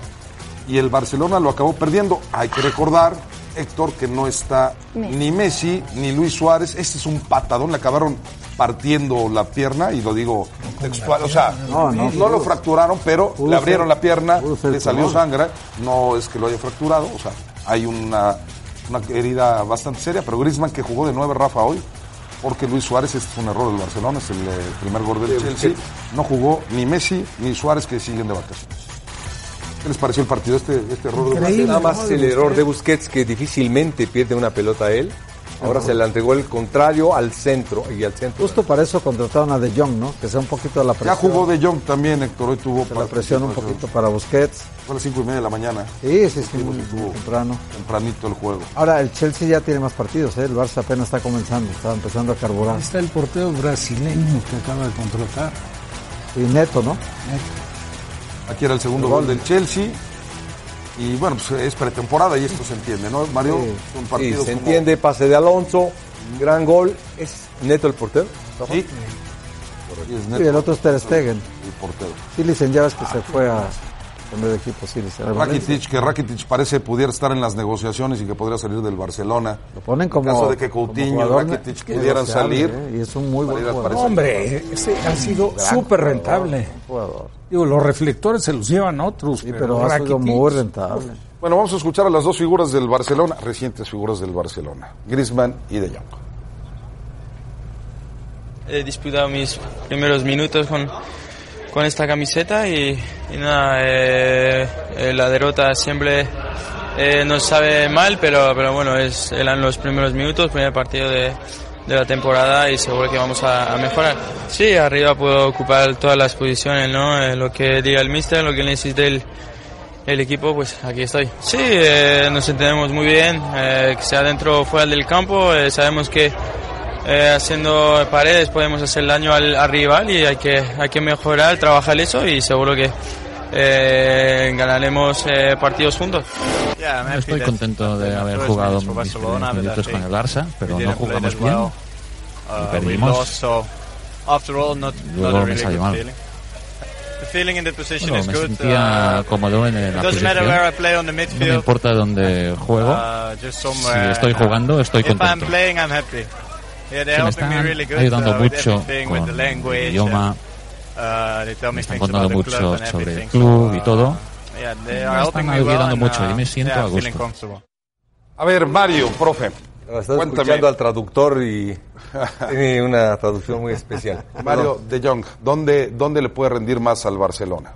y el Barcelona lo acabó perdiendo. Hay que recordar, Héctor, que no está
Messi.
ni Messi ni Luis Suárez. Este es un patadón, le acabaron partiendo la pierna y lo digo textual, o sea, no,
No, no,
lo fracturaron, pero
Pudo
le
ser-
abrieron la pierna, le salió
tumor.
sangre, no es que lo haya fracturado, o sea, hay una, una herida bastante seria, pero Griezmann que jugó de nueve Rafa hoy, porque Luis Suárez, este es un error del Barcelona, es el eh, primer gol del
Sí,
Chelsea,
sí.
no jugó ni Messi ni Suárez que siguen de vacaciones. ¿Qué les pareció el partido este, este error de Brasil?
Nada más el error de Busquets que difícilmente pierde una pelota a él. Ahora se la entregó el contrario al centro y al centro.
Justo para eso contrataron a De Jong, ¿no? Que sea un poquito de la
Ya
presión.
jugó De Jong también, Héctor, hoy tuvo pues,
la presión un poquito para Busquets.
Fue a las cinco y media de la mañana.
Sí, sí, sí, muy temprano.
Tempranito el juego.
Ahora, el Chelsea ya tiene más partidos, ¿eh? El Barça apenas está comenzando, está empezando a carburar.
Ahí está el portero brasileño que acaba de contratar.
Y Neto, ¿no?
Aquí era el segundo
El
gol
gol.
del Chelsea. Y bueno, pues es pretemporada y esto se entiende, ¿no, Mario?
Sí.
Son
Sí,
partidos
se
como-
entiende, pase de Alonso, gran gol. ¿Es neto el portero? Rafa?
Sí. Y es neto.
Y el otro es Ter Stegen.
El portero. Ah,
Silicen, ya ves que se fue a cambiar de equipo, Silicen. al Valencia.
Rakitic, que Rakitic parece pudiera estar en las negociaciones y que podría salir del Barcelona. Lo
ponen como-
En caso de que
como
Coutinho y
jugador
Rakitic
negociable,
pudieran salir.
¿eh? Y es un muy buen
Para ir al
jugador.
Paris
Hombre, ese ha sido súper rentable. Digo, los reflectores se los llevan otros.
Sí, pero ha sido
Rakitic-
muy rentable.
Bueno, vamos a escuchar a las dos figuras del Barcelona, recientes figuras del Barcelona, Griezmann y De Jong.
He disputado mis primeros minutos con, con esta camiseta y, y nada, eh, eh, la derrota siempre eh, nos sabe mal, pero, pero bueno, es, eran los primeros minutos, primer partido de, de la temporada y seguro que vamos a, a mejorar. Sí, arriba puedo ocupar todas las posiciones, ¿no? Eh, lo que diga el mister, lo que necesite el, el equipo, pues aquí estoy. Sí, eh, nos entendemos muy bien, eh, que sea dentro o fuera del campo, eh, sabemos que eh, haciendo paredes podemos hacer daño al, al rival y hay que, hay que mejorar, trabajar eso y seguro que eh, ganaremos eh, partidos juntos.
Estoy contento de haber jugado mis primeros minutos con el Ah, Barça, pero no jugamos bien y perdimos. Luego me salió mal. Bueno, me sentía cómodo en la posición. No me importa dónde juego. Si estoy jugando, estoy contento. Se me uh, están ayudando mucho con el idioma, uh, me están contando mucho sobre el club y todo. Me están ayudando mucho y me siento a gusto.
A ver, Mario, profe.
Estás escuchando al traductor y tiene una traducción muy especial.
Mario De Jong, ¿dónde, ¿dónde le puede rendir más al Barcelona?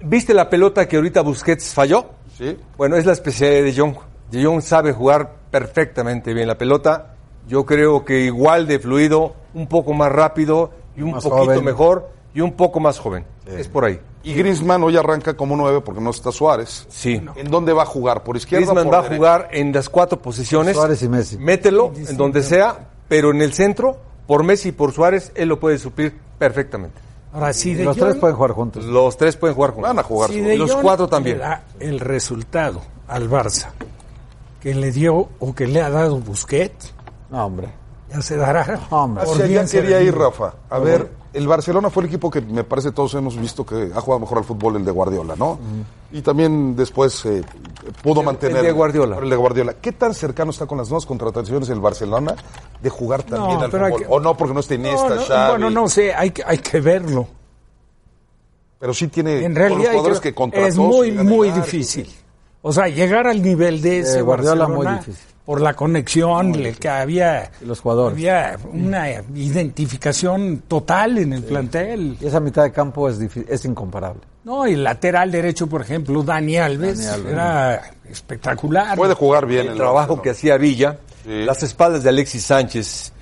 ¿Viste la pelota que ahorita Busquets falló?
Sí.
Bueno, es la especialidad de Jong. De Jong sabe jugar perfectamente bien la pelota. Yo creo que igual de fluido, un poco más rápido y un
Más
poquito
joven.
mejor y un poco más joven. Es por ahí.
Y Griezmann hoy arranca como nueve porque no está Suárez.
Sí.
¿En dónde va a jugar? ¿Por izquierda o
Griezmann
por
va a
derecha?
jugar en las cuatro posiciones.
Suárez y Messi.
Mételo en donde sea, pero en el centro, por Messi y por Suárez, él lo puede suplir perfectamente.
Ahora sí, de
Los
Jong-
tres pueden
jugar juntos.
Pues Los tres pueden jugar
Pues
juntos. Van a
si De
Los
Jong
cuatro también.
le da el resultado al Barça que le dio o que le ha dado Busquets.
No, hombre.
Ya se dará.
Hombre. Hacia allá quería ir, Rafa. A ver, el Barcelona fue el equipo que me parece todos hemos visto que ha jugado mejor al fútbol el de Guardiola, ¿no? Y también después eh, pudo mantener.
de Guardiola.
El de Guardiola. ¿Qué tan cercano está con las nuevas contrataciones el Barcelona de jugar también
No,
al
pero hay
fútbol?
que-
O no, porque no está Iniesta,
No, no,
Xavi.
bueno, no sé, hay que, hay que verlo.
Pero sí tiene
En
con los
realidad hay
jugadores que contrató,
es muy,
Zidane,
muy
Martínez.
difícil. O sea, llegar al nivel de ese
Eh, Guardiola,
Barcelona
muy difícil.
por la conexión, le- que había,
los jugadores.
había una identificación total en el plantel.
Y esa mitad de campo es, difi- es incomparable.
No, el lateral derecho, por ejemplo, Dani Alves,
Dani Alves.
era espectacular.
El trabajo que hacía Villa, las espaldas de Alexis Sánchez.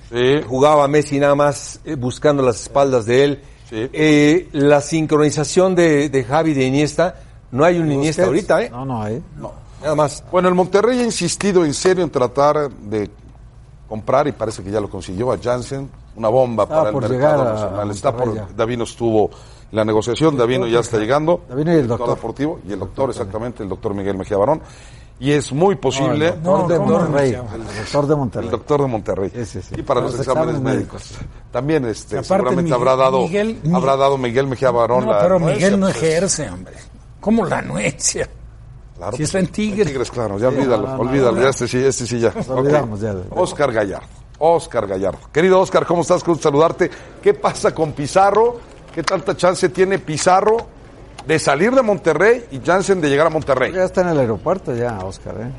Jugaba Messi nada más eh, buscando las espaldas de él. Eh, la sincronización de, de Javi de Iniesta. No hay un Iniesta ahorita, ¿eh?
No, no hay.
Nada más.
Bueno, el Monterrey ha insistido en serio en tratar de comprar y parece que ya lo consiguió a Janssen, una bomba
Estaba
para el
por
mercado
llegar a-
nacional.
a
Está
Monterrey
por Davino estuvo en la negociación, Davino ya está llegando.
Davino y el doctor.
deportivo y el doctor exactamente, el doctor Miguel Mejía Barón. Y es muy posible
No, el doctor de Monterrey. El doctor de Monterrey.
el doctor de Monterrey. Y para los, exámenes, médicos. También este
aparte
seguramente
Miguel-
habrá dado
Miguel-
habrá dado Miguel Mejía Barón
No,
la
pero
anuencia,
Miguel no
pues,
ejerce, hombre. ¿Cómo la anuencia?
Claro,
Si está en Tigres.
Tigres, claro, ya olvídalo,
no, no,
olvídalo,
no.
ya este sí, este sí ya. Ok.
olvidamos ya.
Oscar Gallardo, Oscar Gallardo. Querido Oscar, ¿cómo estás? Quiero saludarte. ¿Qué pasa con Pizarro? ¿Qué tanta chance tiene Pizarro de salir de Monterrey y Jansen de llegar a Monterrey?
Ya está en el aeropuerto ya, Oscar. ¿eh?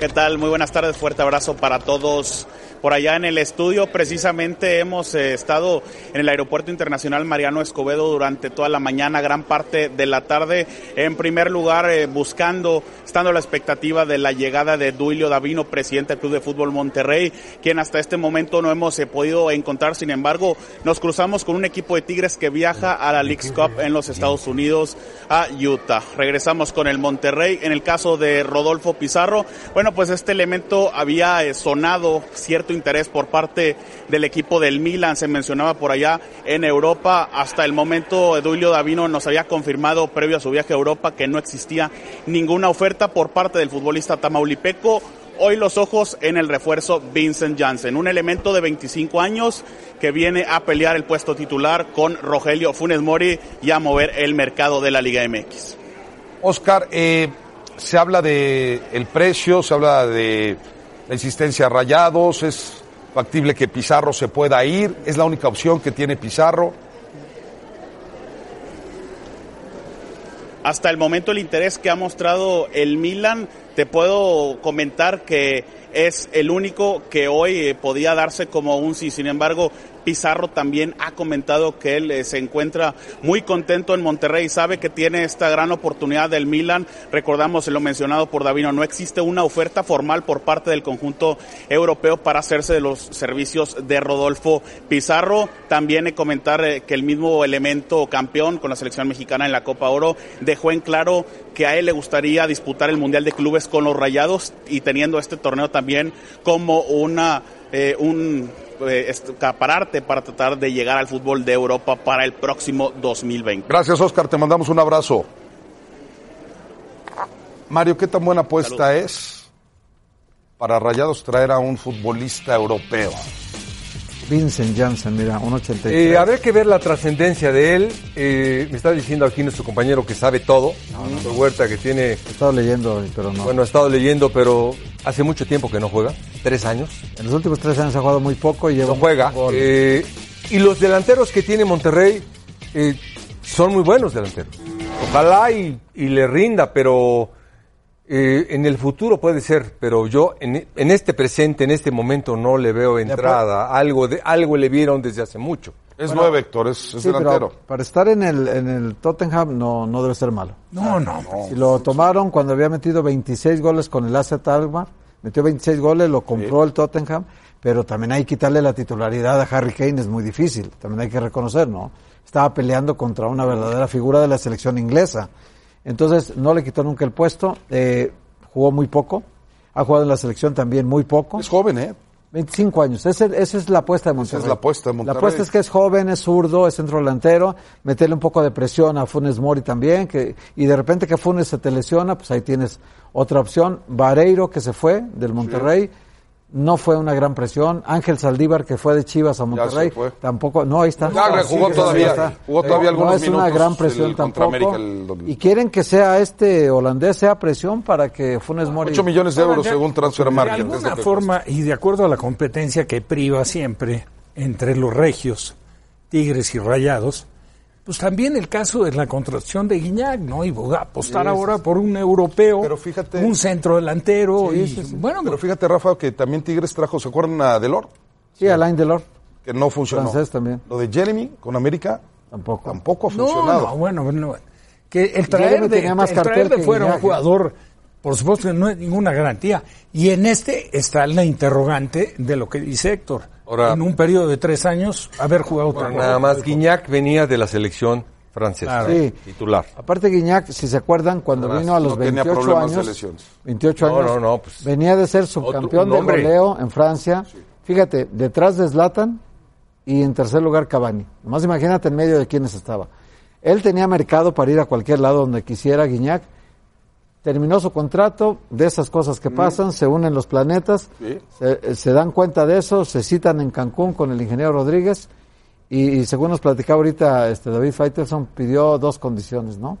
¿Qué tal? Muy buenas tardes, fuerte abrazo para todos. Por allá en el estudio, precisamente hemos eh, estado en el Aeropuerto Internacional Mariano Escobedo durante toda la mañana, gran parte de la tarde. En primer lugar, eh, buscando, estando a la expectativa de la llegada de Duilio Davino, presidente del Club de Fútbol Monterrey, quien hasta este momento no hemos eh, podido encontrar. Sin embargo, nos cruzamos con un equipo de Tigres que viaja a la Leagues Cup en los Estados Unidos, a Utah. Regresamos con el Monterrey. En el caso de Rodolfo Pizarro, bueno, pues este elemento había eh, sonado cierto interés por parte del equipo del Milan, se mencionaba por allá en Europa. Hasta el momento, Edulio Davino nos había confirmado previo a su viaje a Europa que no existía ninguna oferta por parte del futbolista tamaulipeco. Hoy los ojos en el refuerzo Vincent Janssen, un elemento de 25 años que viene a pelear el puesto titular con Rogelio Funes Mori y a mover el mercado de la Liga MX.
Oscar, eh, se habla de el precio, se habla de la insistencia a rayados, es factible que Pizarro se pueda ir, es la única opción que tiene Pizarro.
hasta el momento el interés que ha mostrado el Milan, te puedo comentar que es el único que hoy eh, podía darse como un sí. Sin embargo, Pizarro también ha comentado que él eh, se encuentra muy contento en Monterrey, sabe que tiene esta gran oportunidad del Milan. Recordamos lo mencionado por Davino, no existe una oferta formal por parte del conjunto europeo para hacerse de los servicios de Rodolfo Pizarro. También eh, comentar eh, que el mismo elemento campeón con la selección mexicana en la Copa Oro dejó en claro que a él le gustaría disputar el Mundial de Clubes con los Rayados y teniendo este torneo también como una eh, un eh, escaparate para tratar de llegar al fútbol de Europa para el próximo 2020.
Gracias, Oscar. Te mandamos un abrazo. Mario, ¿qué tan buena apuesta es para Rayados traer a un futbolista europeo?
Vincent Janssen, mira, 1.83.
Eh, habrá que ver la trascendencia de él. Eh, me está diciendo aquí nuestro compañero que sabe todo. Doctor Huerta que tiene. He
estado leyendo, hoy, pero no.
Bueno, he estado leyendo, pero hace mucho tiempo que no juega. Tres años.
En los últimos tres años ha jugado muy poco y lleva
No juega. Eh, y los delanteros que tiene Monterrey eh, son muy buenos delanteros. Ojalá y, y le rinda, pero eh, en el futuro puede ser. Pero yo en, en este presente, en este momento, no le veo entrada. Algo, de, algo le vieron desde hace mucho.
Es
Bueno,
nueve, Héctor, es, es
Sí, pero
delantero.
para estar en el, en el Tottenham no, no debe ser malo.
No, no.
Si lo tomaron cuando había metido 26 goles con el AZ Alkmaar, metió 26 goles, lo compró el Tottenham, pero también hay que quitarle la titularidad a Harry Kane, es muy difícil, también hay que reconocer, ¿no? Estaba peleando contra una verdadera figura de la selección inglesa. Entonces, no le quitó nunca el puesto, eh, jugó muy poco, ha jugado en la selección también muy poco. Es
joven, ¿eh?
25 años, Ese- esa es la apuesta de Monterrey.
es la apuesta de Monterrey.
La apuesta es que es joven, es zurdo, es centro delantero, meterle un poco de presión a Funes Mori también, que, y de repente que Funes se te lesiona, pues ahí tienes otra opción. Vareiro que se fue del Monterrey, No fue una gran presión. Ángel Saldívar, que fue de Chivas a Monterrey, tampoco. No, ahí está.
Ya,
No,
jugó
sí,
todavía,
ahí está. Eh,
jugó todavía
no,
algunos
es una
minutos
gran presión
el- contra
tampoco.
América el-
Y quieren que sea este holandés, sea presión para que Funes Mori.
8 Ah, millones de euros según Transfer Market.
De
es lo
alguna
que-
forma y de acuerdo a la competencia que priva siempre entre los regios, Tigres y Rayados, pues también el caso de la contratación de Guiñac, ¿no? Y voy a apostar
Sí,
ahora por un europeo, un centro delantero y bueno,
pero fíjate, Rafa, que también Tigres trajo, ¿se acuerdan a Delor?
Sí, Alain Delor.
Que no funcionó.
Francés también.
Lo de Jeremy con América
tampoco,
tampoco ha
No,
funcionado.
no, bueno, bueno, que el traer
Guillermo
de,
tenía más
el traer
cartel
de
que
fuera un
Guiñac, ¿eh?
jugador, por supuesto que no es ninguna garantía. Y en este está la interrogante de lo que dice Héctor. en un periodo de tres años, haber jugado
Bueno,
tan
nada más, Guiñac venía de la selección francesa,
Claro. Sí.
titular.
Aparte Guiñac, si se acuerdan, cuando
Además,
vino a los
no tenía
28
problemas de
años,
lesiones.
28
No,
años,
no, no, pues,
venía de ser subcampeón
un
de
hombre.
goleo en Francia. Fíjate, detrás de Zlatan y en tercer lugar Cavani. Nomás imagínate en medio de quienes estaba. Él tenía mercado para ir a cualquier lado donde quisiera Guiñac. Terminó su contrato, de esas cosas
Mm.
que pasan, se unen los planetas,
Sí.
se, se dan cuenta de eso, se citan en Cancún con el ingeniero Rodríguez y, y según nos platicaba ahorita este David Faitelson, pidió dos condiciones, ¿no?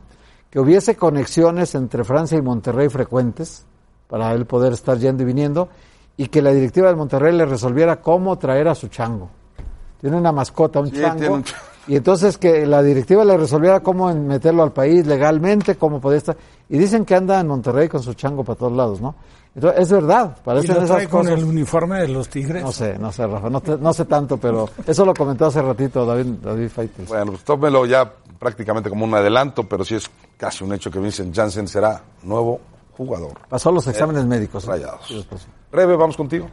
Que hubiese conexiones entre Francia y Monterrey frecuentes para él poder estar yendo y viniendo y que la directiva de Monterrey le resolviera cómo traer a su chango. Tiene una mascota, un
Sí, tiene
chango.
un
Y entonces que la directiva le resolviera cómo en- meterlo al país legalmente, cómo podía estar. Y dicen que anda en Monterrey con su chango para todos lados, ¿no? Entonces, es verdad,
¿Y
parecen
lo
esas
trae con
cosas.
el uniforme de los Tigres?
No sé, no sé, Rafa, no, te- no sé tanto, pero eso lo comentó hace ratito David, David Faites.
Bueno, pues tómelo ya prácticamente como un adelanto, pero sí es casi un hecho que Vincent Janssen será nuevo jugador. Eh,
Pasó los exámenes médicos. ¿eh? pues
Rayados. Rebe, vamos contigo.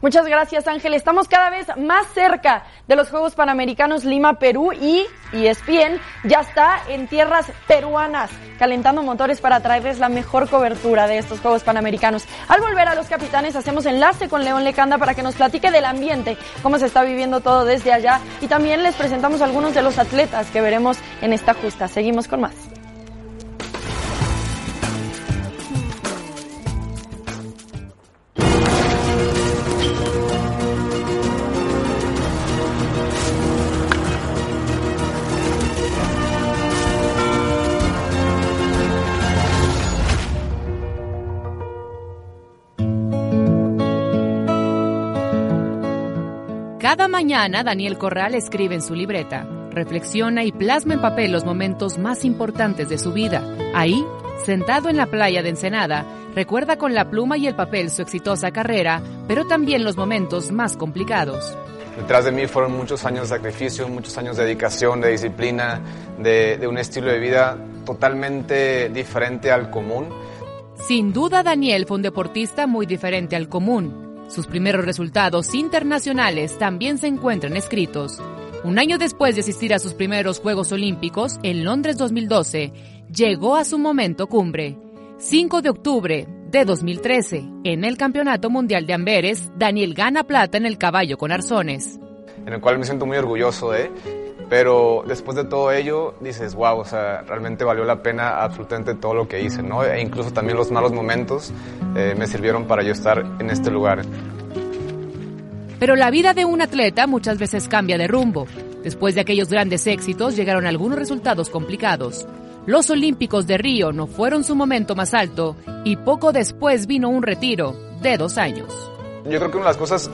Muchas gracias, Ángel. Estamos cada vez más cerca de los Juegos Panamericanos Lima, Perú y ESPN ya está en tierras peruanas, calentando motores para traerles la mejor cobertura de estos Juegos Panamericanos. Al volver a los capitanes, hacemos enlace con León Lecanda para que nos platique del ambiente, cómo se está viviendo todo desde allá y también les presentamos algunos de los atletas que veremos en esta justa. Seguimos con más.
Cada mañana Daniel Corral escribe en su libreta, reflexiona y plasma en papel los momentos más importantes de su vida. Ahí, sentado en la playa de Ensenada, recuerda con la pluma y el papel su exitosa carrera, pero también los momentos más complicados.
Detrás de mí fueron muchos años de sacrificio, muchos años de dedicación, de disciplina, de, de un estilo de vida totalmente diferente al común.
Sin duda, Daniel fue un deportista muy diferente al común. Sus primeros resultados internacionales también se encuentran escritos. Un año después de asistir a sus primeros Juegos Olímpicos, en Londres 2012, llegó a su momento cumbre. 5 de octubre de 2013, en el Campeonato Mundial de Amberes, Daniel gana plata en el caballo con arzones.
en el cual me siento muy orgulloso de. Pero después de todo ello, dices, wow, o sea, realmente valió la pena absolutamente todo lo que hice, ¿no? E incluso también los malos momentos eh, me sirvieron para yo estar en este lugar.
Pero la vida de un atleta muchas veces cambia de rumbo. Después de aquellos grandes éxitos llegaron algunos resultados complicados. Los Olímpicos de Río no fueron su momento más alto y poco después vino un retiro de dos años.
Yo creo que una de las cosas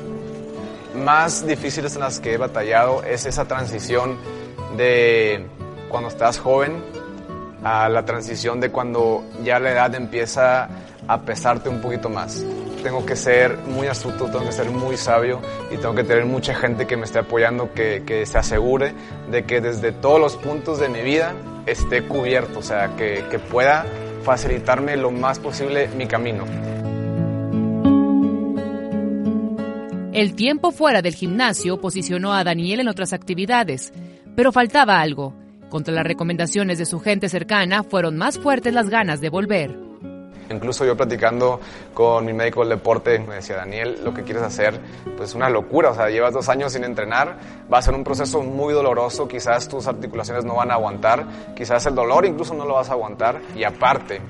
más difíciles en las que he batallado es esa transición de cuando estás joven a la transición de cuando ya la edad empieza a pesarte un poquito más. Tengo que ser muy astuto, tengo que ser muy sabio y tengo que tener mucha gente que me esté apoyando, que, que se asegure de que desde todos los puntos de mi vida esté cubierto, o sea, que, que pueda facilitarme lo más posible mi camino.
El tiempo fuera del gimnasio posicionó a Daniel en otras actividades, pero faltaba algo. Contra las recomendaciones de su gente cercana fueron más fuertes las ganas de volver.
Incluso yo platicando con mi médico del deporte, me decía, Daniel, lo que quieres hacer, pues es una locura. O sea, llevas dos años sin entrenar, va a ser un proceso muy doloroso, quizás tus articulaciones no van a aguantar, quizás el dolor incluso no lo vas a aguantar. Y aparte,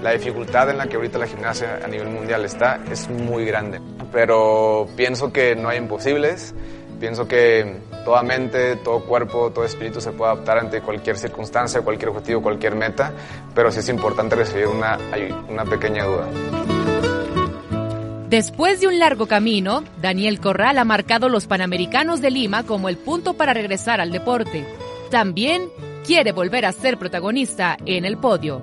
la dificultad en la que ahorita la gimnasia a nivel mundial está es muy grande. Pero pienso que no hay imposibles. Pienso que toda mente, todo cuerpo, todo espíritu se puede adaptar ante cualquier circunstancia, cualquier objetivo, cualquier meta, pero sí es importante recibir una, una pequeña duda.
Después de un largo camino, Daniel Corral ha marcado los Panamericanos de Lima como el punto para regresar al deporte. También quiere volver a ser protagonista en el podio.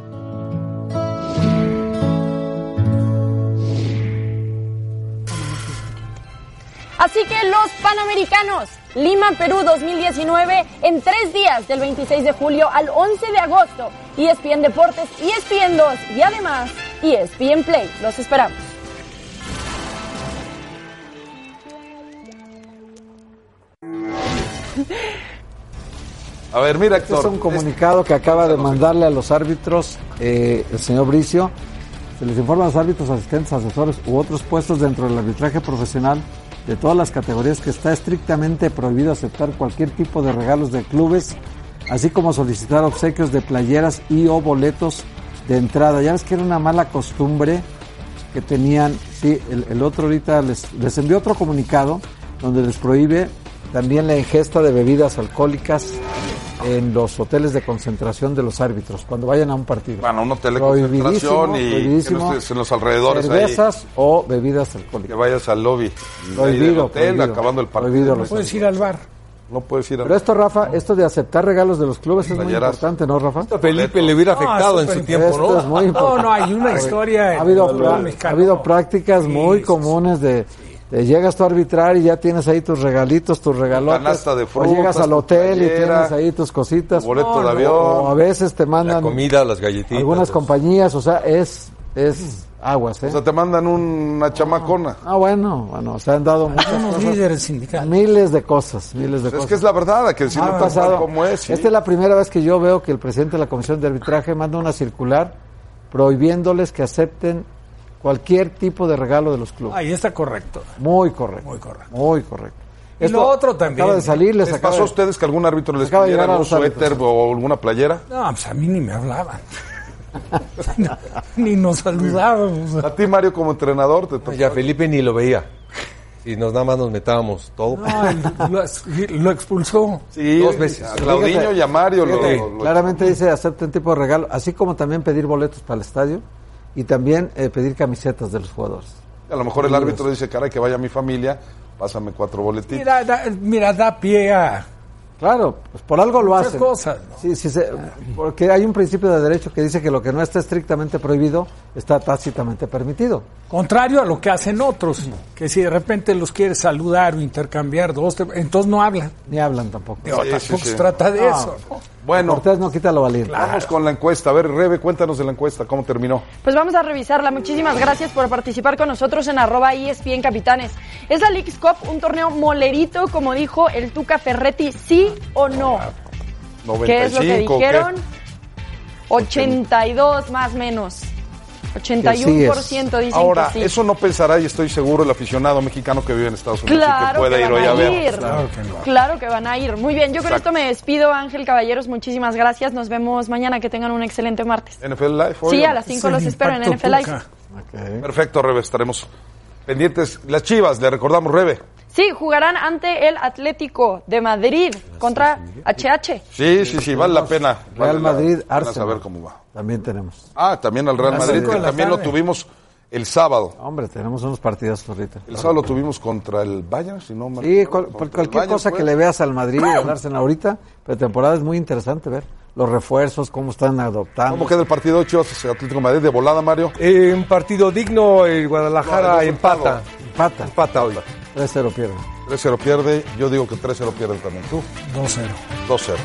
Así que los Panamericanos, Lima, Perú 2019, en tres días, del 26 de julio al 11 de agosto, ESPN Deportes, ESPN 2 y además ESPN Play. Los esperamos.
A ver, mira,
Este es un comunicado que acaba de mandarle a los árbitros eh, el señor Bricio. Se les informa a los árbitros, asistentes, asesores u otros puestos dentro del arbitraje profesional de todas las categorías que está estrictamente prohibido aceptar cualquier tipo de regalos de clubes, así como solicitar obsequios de playeras y o boletos de entrada. Ya ves que era una mala costumbre que tenían. Sí, el, el otro ahorita les, les envió otro comunicado donde les prohíbe también la ingesta de bebidas alcohólicas en los hoteles de concentración de los árbitros cuando vayan a un partido.
Bueno, un hotel de concentración y que
prohibidísimo.
no estés en los alrededores ahí.
cervezas o bebidas alcohólicas.
Que vayas al lobby.
Prohibido,
Ahí del hotel,
prohibido.
acabando el
Prohibido,
partido.
lo Puedes
ir al bar.
No puedes ir al
Pero esto, Rafa, esto de aceptar regalos de los clubes es muy
Playeras.
importante, ¿no, Rafa?
A Felipe le hubiera
No,
afectado en
súper
su tiempo, ¿no?
Esto es muy importante.
No, no, hay una
Ha-
historia en
Ha habido,
el
pra-
fútbol
ha
mexicano.
habido prácticas muy comunes de, de llegas tú a arbitrar y ya tienes ahí tus regalitos, tus regalotes.
canasta de
o llegas
frutas,
al
tu
hotel y
playera,
tienes ahí tus cositas.
tu boleto de
O-
avión.
O a veces te mandan
Comida, las galletitas.
algunas compañías, o sea, es, es aguas, ¿eh?
O sea, te mandan una chamacona.
Ah, bueno, bueno, se han dado muchas cosas. Miles de cosas, miles de
Pues Es
cosas.
que es la verdad, hay que decirlo
Ha
tal cual
pasado.
como es. sí.
Esta es la primera vez que yo veo que el presidente de la Comisión de Arbitraje manda una circular prohibiéndoles que acepten cualquier tipo de regalo de los clubes.
Ahí está correcto.
Muy correcto. Muy
correcto.
Muy correcto.
Y lo otro también.
Acaba de salir, les
¿Les
acaba de-
pasó a ustedes
que algún árbitro les
acaba de
pidiera
llegar a
algún
los árbitros.
suéter o alguna playera?
No, pues a mí ni me hablaban. Ni nos saludábamos.
A ti, Mario, como entrenador, te tocó.
Ya Felipe ni lo veía. Y nos nada más nos metábamos todo.
No, el- Ah. lo, lo expulsó.
dos veces.
a Claudinho
Fíjate,
y a Mario lo-
fíjate,
lo- lo-
claramente dice acepten tipo de regalo, así como también pedir boletos para el estadio y también eh, pedir camisetas de los jugadores.
A lo mejor el árbitro dice, caray, que vaya mi familia, pásame cuatro boletitos.
Mira, da, mira, da pie a.
Claro, pues por algo lo
Muchas
hacen.
cosas,
Sí, sí, se- porque hay un principio de derecho que dice que lo que no está estrictamente prohibido está tácitamente permitido.
Contrario a lo que hacen otros, que si de repente los quieres saludar o intercambiar dos, te- entonces no hablan.
Ni hablan tampoco.
Digo,
Sí,
tampoco
sí, sí.
se trata de
No.
eso. ¿no?
Bueno.
Cortés no quita lo valiente.
Vamos con la encuesta. A ver, Rebe, cuéntanos de la encuesta, ¿cómo terminó?
Pues vamos a revisarla. Muchísimas gracias por participar con nosotros en arroba E ESPN Capitanes. ¿Es la Leagues Cup un torneo molerito, como dijo el Tuca Ferretti, sí o no?
Ah,
¿Qué es lo que
95, ¿o qué?
dijeron? 82 más menos. 81% dicen
Ahora,
que sí.
eso no pensará, y estoy seguro, el aficionado mexicano que vive en Estados Unidos y que
Claro
puede
que
ir
van
hoy
a
a ver.
ir. Claro
que
Claro que van a ir. Muy bien, yo con
Exacto.
esto me despido, Ángel Caballeros. Muchísimas gracias. Nos vemos mañana. Que tengan un excelente martes.
NFL Live hoy,
Sí,
¿o no?
a las 5 los espero en NFL Live.
Perfecto, Rebe, estaremos pendientes. Las chivas, le recordamos, Rebe.
Sí, jugarán ante el Atlético de Madrid contra HH.
Sí, sí, sí, vale la pena.
Real
Vale la
Madrid,
pena
Arsenal.
saber cómo va.
También tenemos.
Ah, también al
A
Real
las
Madrid,
cinco
que
de la
también
tarde.
lo tuvimos el sábado.
Hombre, tenemos unos partidos ahorita.
El sábado lo tuvimos contra el Bayern, si no mal
Sí,
recuerdo,
cual-
contra
cual-
el
cualquier
Bayern
cosa
fue.
que le veas al Madrid o al Arsenal ahorita, pero temporada es muy interesante ver los refuerzos, cómo están adoptando.
¿Cómo queda el partido 8 Atlético de Madrid de volada, Mario?
un partido digno, el Guadalajara
No, el
empata.
Empata.
Empata hoy.
3-0 pierde.
3-0 pierde, yo digo que 3-0 pierde también tú.
2-0.
2-0.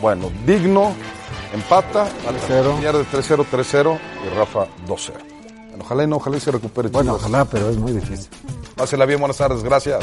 Bueno, digno, empata, pierde 3-0, 3-0 y Rafa 2-0. Bueno, Ojalá y no, ojalá y se recupere.
Bueno,
Chivas.
ojalá, pero es muy difícil.
Pásela bien, buenas tardes, gracias.